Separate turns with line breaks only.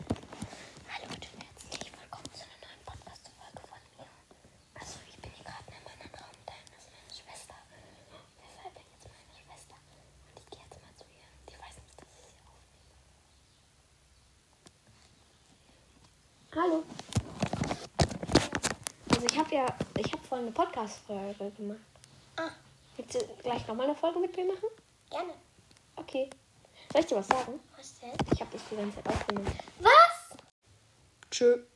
Also, Hallo. Also ich habe ja, ich habe vorhin eine Podcast-Folge gemacht.
Ah,
Willst du gleich nochmal eine Folge mit mir machen?
gerne.
Okay. Soll ich dir was sagen?
Was denn?
Ich habe dich die ganze Zeit aufgenommen.
Was?
Tschö.